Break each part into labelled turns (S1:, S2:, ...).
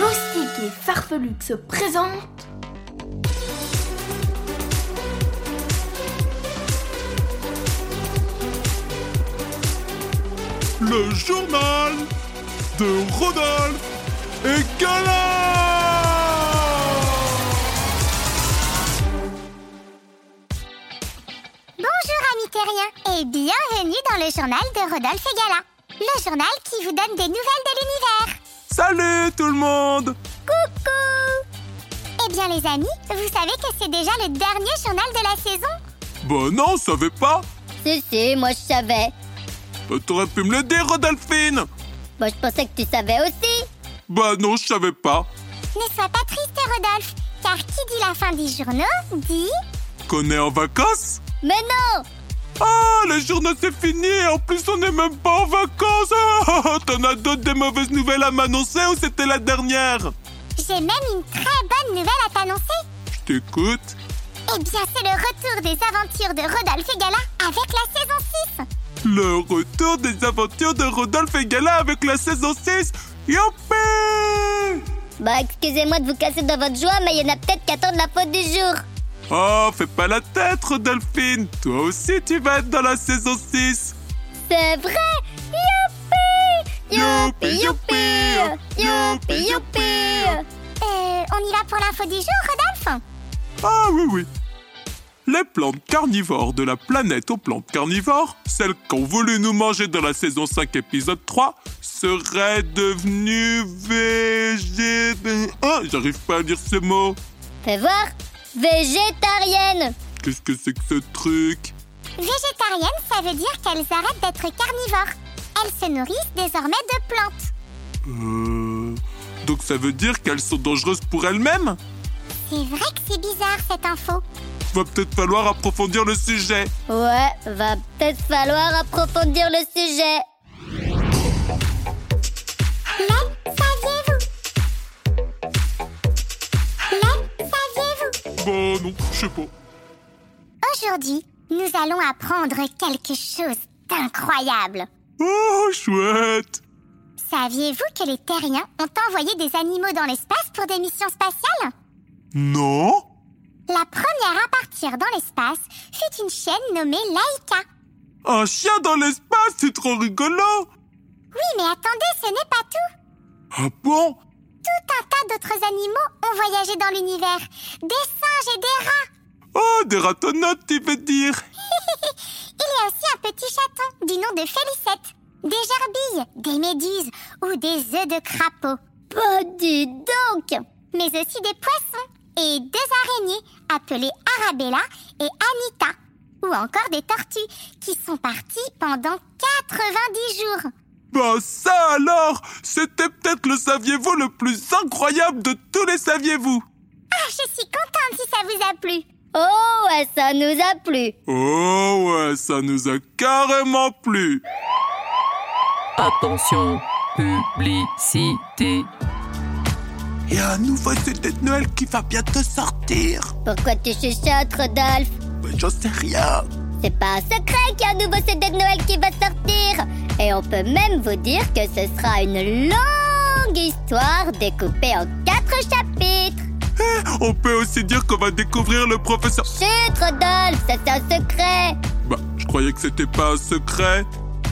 S1: Loustic et Farfelux se présentent
S2: Le journal de Rodolphe et Gala
S3: Bonjour amis terriens et bienvenue dans le journal de Rodolphe et Gala, le journal qui vous donne des nouvelles de l'univers.
S2: Salut tout le monde
S3: Coucou Eh bien les amis, vous savez que c'est déjà le dernier journal de la saison
S2: Bon non, savais pas
S4: Si, si, moi je savais.
S2: Bah, T'aurais pu me le dire, Rodolphine
S4: Moi je pensais que tu savais aussi.
S2: Bah non, je savais pas.
S3: Ne sois pas triste Rodolphe, car qui dit la fin des journaux dit...
S2: Qu'on est en vacances
S4: Mais non
S2: Ah, les journaux c'est fini et en plus on n'est même pas en vacances Ah, T'en as d'autres des mauvaises nouvelles à m'annoncer ou c'était la dernière
S3: J'ai même une très bonne nouvelle à t'annoncer
S2: Je t'écoute.
S3: Eh bien c'est le retour des aventures de Rodolphe et Gala avec la saison 6
S2: Le retour des aventures de Rodolphe et Gala avec la saison 6 Youpi
S4: Bah excusez-moi de vous casser dans votre joie, mais il y en a peut-être qui attendent la faute du jour.
S2: Oh, fais pas la tête, Rodolphine Toi aussi, tu vas être dans la saison 6
S4: C'est vrai Youpi
S2: Youpi, youpi Youpi, youpi
S4: Eh,
S3: Euh, on y va pour l'info du jour Rodolphe
S2: Ah oui, oui Les plantes carnivores de la planète aux plantes carnivores, celles qu'ont voulu nous manger dans la saison 5, épisode 3, seraient devenues végé... Ah, j'arrive pas à dire ce mot
S4: Fais voir Végétarienne
S2: Qu'est-ce que c'est que ce truc
S3: Végétarienne, ça veut dire qu'elles arrêtent d'être carnivores. Elles se nourrissent désormais de plantes.
S2: Euh... Donc ça veut dire qu'elles sont dangereuses pour elles-mêmes
S3: C'est vrai que c'est bizarre cette info.
S2: Va peut-être falloir approfondir le sujet.
S4: Ouais, va peut-être falloir approfondir le sujet.
S3: Mais saviez-vous Mais saviez-vous
S2: Bah non, je sais pas.
S3: Aujourd'hui, nous allons apprendre quelque chose d'incroyable.
S2: Oh, chouette
S3: Saviez-vous que les terriens ont envoyé des animaux dans l'espace pour des missions spatiales
S2: Non
S3: La première à partir dans l'espace fut une chienne nommée Laika.
S2: Un chien dans l'espace, c'est trop rigolo
S3: Oui, mais attendez, ce n'est pas tout.
S2: Ah bon
S3: Tout un tas d'autres animaux ont voyagé dans l'univers. Des singes et des rats.
S2: Oh, des ratonautes, tu veux dire
S3: Il y a aussi un petit chaton du nom de Félicette. Des gerbilles, des méduses ou des œufs de crapaud.
S4: Bah dis donc
S3: Mais aussi des poissons et des araignées appelées Arabella et Anita. Ou encore des tortues qui sont parties pendant 90 jours.
S2: Bah ça alors C'était peut-être le saviez-vous le plus incroyable de tous les saviez-vous
S3: Ah, je suis contente si ça vous a plu.
S4: Oh ouais, ça nous a plu
S2: Oh ouais, ça nous a carrément plu
S5: Attention, publicité.
S2: Et un nouveau CD de Noël qui va bientôt sortir
S4: Pourquoi tu chuchotes, Rodolphe
S2: Bah j'en sais rien
S4: C'est pas un secret qu'il y a un nouveau CD de Noël qui va sortir Et on peut même vous dire que ce sera une longue histoire découpée en quatre chapitres
S2: On peut aussi dire qu'on va découvrir le professeur.
S4: Chut, Rodolphe, ça c'est un secret
S2: Bah, je croyais que c'était pas un secret.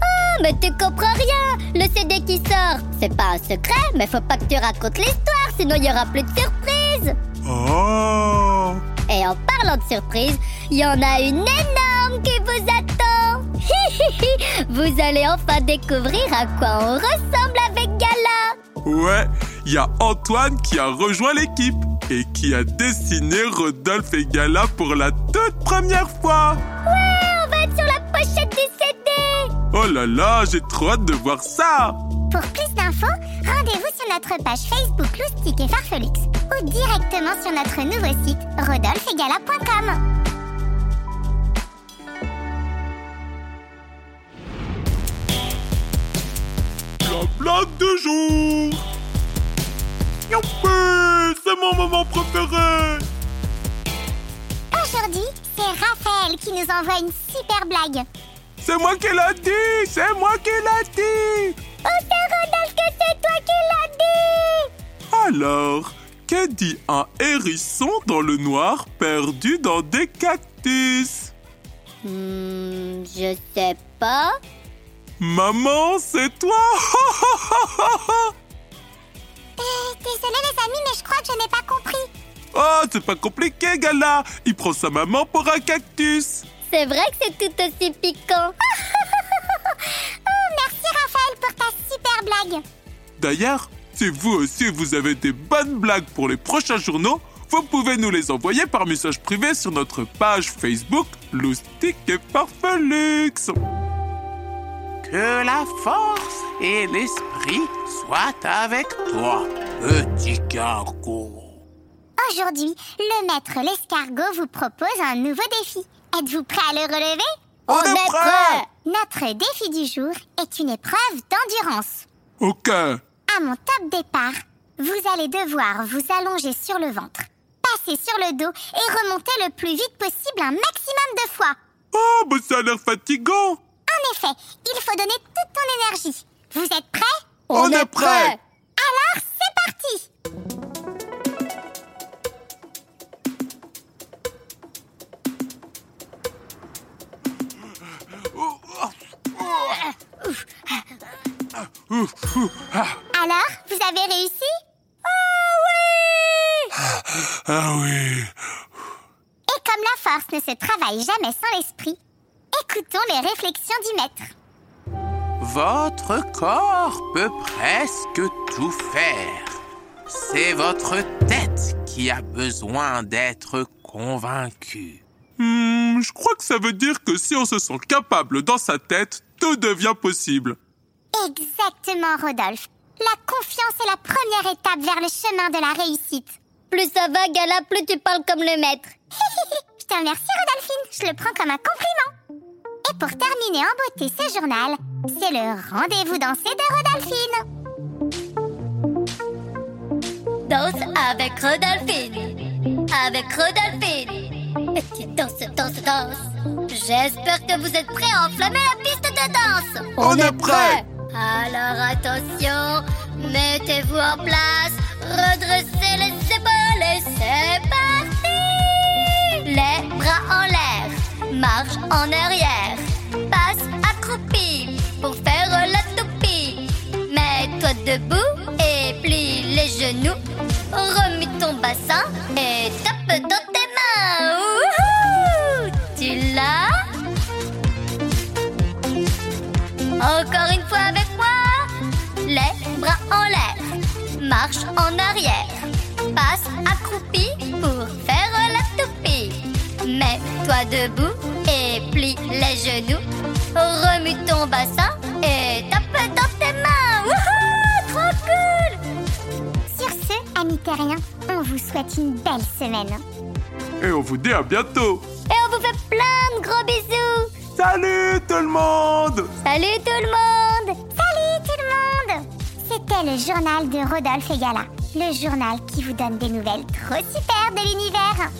S4: Oh, mais tu comprends rien Le CD qui sort, c'est pas un secret, mais faut pas que tu racontes l'histoire, sinon il y aura plus de surprises
S2: Oh
S4: Et en parlant de surprises, il y en a une énorme qui vous attend Hi, hi, hi. Vous allez enfin découvrir à quoi on ressemble avec Gala
S2: Ouais, il y a Antoine qui a rejoint l'équipe et qui a dessiné Rodolphe et Gala pour la toute première fois.
S4: On va être sur la pochette du CD
S2: Oh, Oh là là, j'ai trop hâte de voir ça
S3: Pour plus d'infos, rendez-vous sur notre page Facebook Loustic et Farfelux ou directement sur notre nouveau site rodolpheegala.com.
S2: La blague de jour Youpi C'est mon moment préféré
S3: Aujourd'hui, c'est Raphaël qui nous envoie une super blague.
S2: C'est moi qui l'a dit C'est moi qui l'a dit
S3: Oh, c'est Rodolphe que c'est toi qui l'as dit
S2: Alors, que dit un hérisson dans le noir perdu dans des cactus
S4: Hmm, je sais pas.
S2: Maman, c'est toi
S3: Euh, Désolée les amis, mais je crois que je n'ai pas compris.
S2: Oh, c'est pas compliqué, Gala Il prend sa maman pour un cactus
S4: C'est vrai que c'est tout aussi piquant.
S3: Oh, merci Raphaël pour ta super blague.
S2: D'ailleurs, si vous aussi vous avez des bonnes blagues pour les prochains journaux, vous pouvez nous les envoyer par message privé sur notre page Facebook Loustic et Parfelux.
S6: Que la force et l'esprit soient avec toi, petit cargo.
S3: Aujourd'hui, le maître l'escargot vous propose un nouveau défi. Êtes-vous prêt à le relever
S2: On est est prêt prêt
S3: Notre défi du jour est une épreuve d'endurance.
S2: Ok,
S3: À mon top départ, vous allez devoir vous allonger sur le ventre, passer sur le dos et remonter le plus vite possible un maximum de fois.
S2: oh, mais ça a l'air fatigant
S3: En effet, il faut donner toute ton énergie. Vous êtes prêts
S2: On est prêt.
S3: Alors, c'est parti
S2: Ouf, ouf.
S3: Alors, vous avez réussi Oh,
S2: Ah oui
S3: Et comme la force ne se travaille jamais sans l'esprit, écoutons les réflexions du maître.
S6: Votre corps peut presque tout faire. C'est votre tête qui a besoin d'être convaincue.
S2: Hmm, je crois que ça veut dire que si on se sent capable dans sa tête, tout devient possible.
S3: Exactement, Rodolphe. La confiance est la première étape vers le chemin de la réussite.
S4: Plus ça va, Gala, plus tu parles comme le maître.
S3: Je te remercie, Rodolphine. Je le prends comme un compliment. Et pour terminer en beauté ce journal, c'est le rendez-vous dansé de Rodolphine.
S4: Danse avec Rodolphine. Avec Rodolphine. Petite danse, danse, danse. J'espère que vous êtes prêts à enflammer la piste de danse.
S2: On est prêt.
S4: Alors attention, mettez-vous en place, redressez les épaules et c'est parti. Les bras en l'air, marche en arrière, passe accroupi pour faire la toupie. Mets-toi debout et plie les genoux, remue ton bassin et tape dans tes mains. Wouhou tu l'as encore une fois avec moi. Les bras en l'air, marche en arrière, passe accroupi pour faire la toupie. Mets-toi debout et plie les genoux, remue ton bassin et tape dans tes mains. Wouhou, trop cool!
S3: Sur ce, amis terriens, on vous souhaite une belle semaine.
S2: Et on vous dit à bientôt
S4: Et on vous fait plein de gros bisous.
S2: Salut tout le monde
S4: Salut tout le monde!
S3: Salut tout le monde C'était le journal de Rodolphe et Gala, le journal qui vous donne des nouvelles trop super de l'univers.